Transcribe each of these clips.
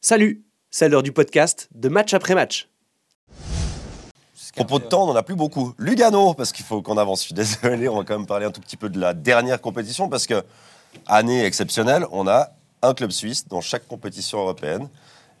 Salut, c'est l'heure du podcast de match après match. euh, Propos de temps, on n'en a plus beaucoup. Lugano, parce qu'il faut qu'on avance. Je suis désolé, on va quand même parler un tout petit peu de la dernière compétition, parce que, année exceptionnelle, on a un club suisse dans chaque compétition européenne.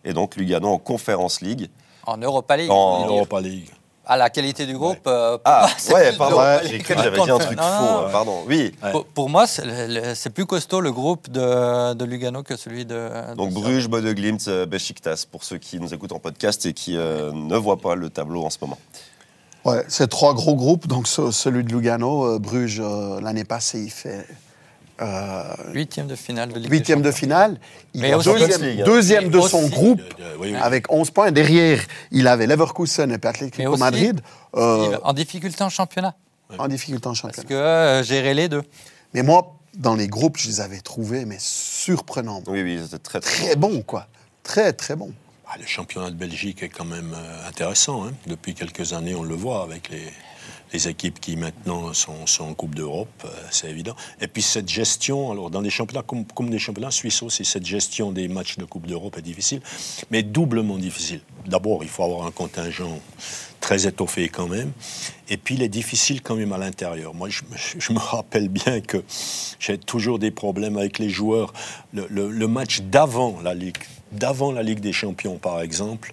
Et donc, Lugano en Conférence League. En Europa League. En on peut dire. Europa League. À la qualité du groupe. euh, pour Ah, moi, c'est ouais, plus pardon, l'Europa j'ai League cru que que j'avais la dit un Conf- truc Non, non, faux, non. euh, pardon. Oui, Ouais. Pour, pour moi, c'est le- le- c'est plus costaud le groupe de, de Lugano que celui de. de donc Bruges, Bode Glimt, euh, Besiktas, pour ceux qui nous écoutent en podcast et qui euh, ne voient pas le tableau en ce moment. Ouais, c'est trois gros groupes. Donc, ce- celui de Lugano, euh, Bruges, euh, l'année passée, il fait euh, Huitième de finale de Ligue. des huitième de Champions. finale. Il Mais est aussi- League, hein. deuxième, deuxième Mais de son aussi- groupe Euh, oui, oui. avec 11 points. Derrière, il avait Leverkusen et puis Atlético aussi- Madrid euh, En difficulté en championnat. en difficulté en Parce championnat. que euh, gérer les deux. Mais moi, dans les groupes, je les avais trouvés, mais surprenants. Oui, oui, c'était très, très. Très bons, quoi. Très, très bons. Ah, le championnat de Belgique est quand même euh, intéressant. hein. Depuis quelques années, on le voit avec les, les équipes qui maintenant sont, sont en Coupe d'Europe, euh, c'est évident. Et puis cette gestion, alors dans les championnats, comme, comme les championnats suisses aussi, cette gestion des matchs de Coupe d'Europe est difficile, mais doublement difficile. D'abord, il faut avoir un contingent très étoffé quand même. Et puis, il est difficile quand même à l'intérieur. Moi, je, me- je me rappelle bien que j'ai toujours des problèmes avec les joueurs. Le, le- le match d'avant la Ligue, d'avant la Ligue des Champions, par exemple,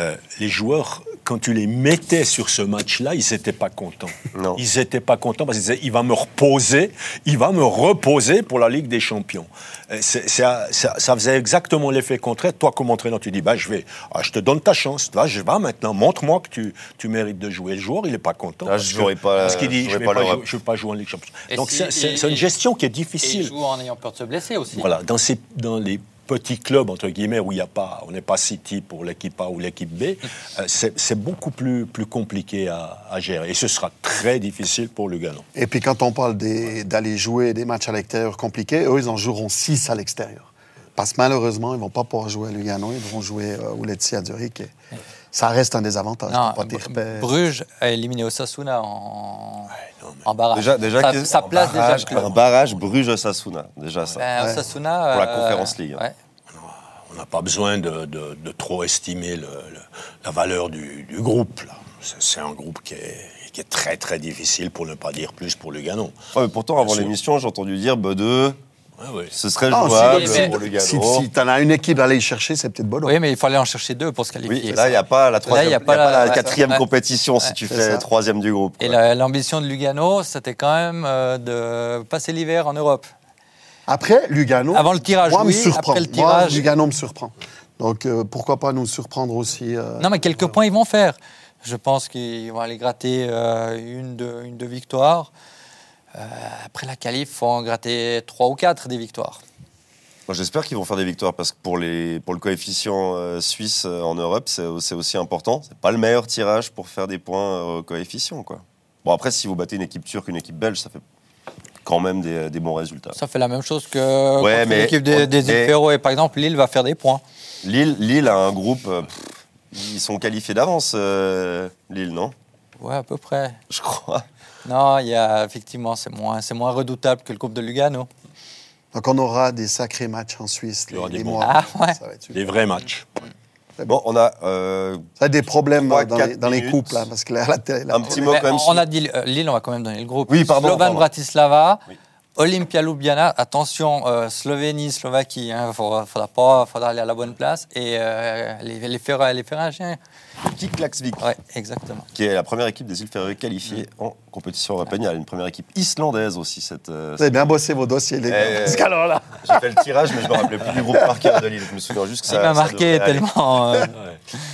euh, les joueurs, quand tu les mettais sur ce match-là, ils n'étaient pas contents. Non. Ils n'étaient pas contents parce qu'ils disaient, il va me reposer, il va me reposer pour la Ligue des Champions. Euh, c'est- c'est un- ça, ça faisait exactement l'effet contraire. Toi, comme entraîneur, tu dis, bah, je vais, ah, je te donne ta chance. Vas, je vais maintenant, montre-moi que tu, tu mérites de jouer. Le joueur, il n'est pas content. Là, parce Ah, je que- jouerai pas- Parce qu'il je dit, je jouerai ne vais, pas pas l'Europe. jouer- je vais pas jouer en Ligue des Champions. Et Donc, si- c'est- c'est et- c'est une gestion qui est Et ils difficile. jouent en ayant peur de se blesser aussi. Voilà, dans, ces, dans les petits clubs, entre guillemets, où il y a pas, on n'est pas City pour l'équipe A ou l'équipe B, euh, c'est c'est beaucoup plus, plus compliqué à, à gérer. Et ce sera très difficile pour Lugano. Et puis quand on parle des- d'aller jouer des matchs à l'extérieur compliqués, eux, ils en joueront six à l'extérieur. Parce que malheureusement, ils ne vont pas pouvoir jouer à Lugano, ils vont jouer euh, au Letzi à Zurich. et ça reste un désavantage. Non, t'as pas tes Br- repères. Bruges a éliminé Osasuna en, en barrage. Déjà, déjà Ah, ça, qu'est-ce- ça un place déjà barrage, le club. Un barrage Bruges-Sasuna, déjà ça. Ben, Osasuna, Pour la euh, Conférence League. ouais. On n'a pas besoin de, de- de trop estimer le- le- la valeur du, du groupe. là. C'est c'est un groupe qui est, qui est très très difficile, pour ne pas dire plus, pour Lugano. Ouais, Ah, mais pourtant, avant Bien sûr. l'émission, j'ai entendu dire Bode, Ouais, ouais. ce serait Non, jouable si- pour Lugano. Ah, Si, si t'en as une équipe à aller chercher, c'est peut-être Bolo. Oui, mais il fallait en chercher deux pour se qualifier. Oui, là, il n'y a pas la, troisième, y a il y pas a pas la- la ouais, quatrième ouais. compétition si tu c'est fais ça. troisième du groupe. Et quoi. la- l'ambition de Lugano, c'était quand même euh, de passer l'hiver en Europe. Après, Lugano. Avant le tirage, moi, oui, me surprend. après le Moi, tirage- Lugano me surprend. Donc euh, pourquoi pas nous surprendre aussi euh, Non, mais quelques points, ils vont faire. Je pense qu'ils vont aller gratter euh, une, deux, une, deux victoires. Euh, après la qualif, il faut en gratter trois ou quatre des victoires. Moi, J'espère qu'ils vont faire des victoires parce que pour, les, pour le coefficient euh, suisse euh, en Europe, c'est c'est aussi important. C'est pas le meilleur tirage pour faire des points euh, au coefficient. Quoi. Bon, après, si vous battez une équipe turque, une équipe belge, ça fait quand même des, des bons résultats. Ça fait la même chose que Ouais, contre mais l'équipe des, on- des mais- Ibéro. Et par exemple, Lille va faire des points. Lille, Lille a un groupe. euh, pff, ils sont qualifiés d'avance, euh, Lille, non Ouais, à peu près. Je crois. Non, il y a effectivement, c'est moins, c'est moins redoutable que le groupe de Lugano. Donc on aura des sacrés matchs en Suisse Il y aura les, des les bons mois. matchs. Ah, ouais. Ça va être super. Des vrais matchs. Bon, on a euh, Ça a des problèmes Trois, euh, dans, les, quatre dans les minutes. coupes, là, parce que la, la- la- un petit mot Mais quand même. on, sur- on a dit euh, Lille, on va quand même donner le groupe. Oui, pardon, Slovan pardon. Bratislava, Oui. Olympia Ljubljana, attention, euh, Slovénie, Slovaquie, il faudra, faudra pas, faudra aller à la bonne place. Et euh, les, les, Féra- les Féringiens. Kiklaksvik. Ouais, exactement. qui est la première équipe des îles Ferroé qualifiée en compétition européenne. Il y a une première équipe islandaise aussi. Cette, euh, Vous avez bien bossé vos dossiers, les gars. Eh, Parce qu'alors là. J'ai fait le tirage, mais je me rappelais plus du groupe par cœur de l'île. Je me souviens juste que Ça ça. m'a ça marqué devrait aller. tellement. euh, Ouais.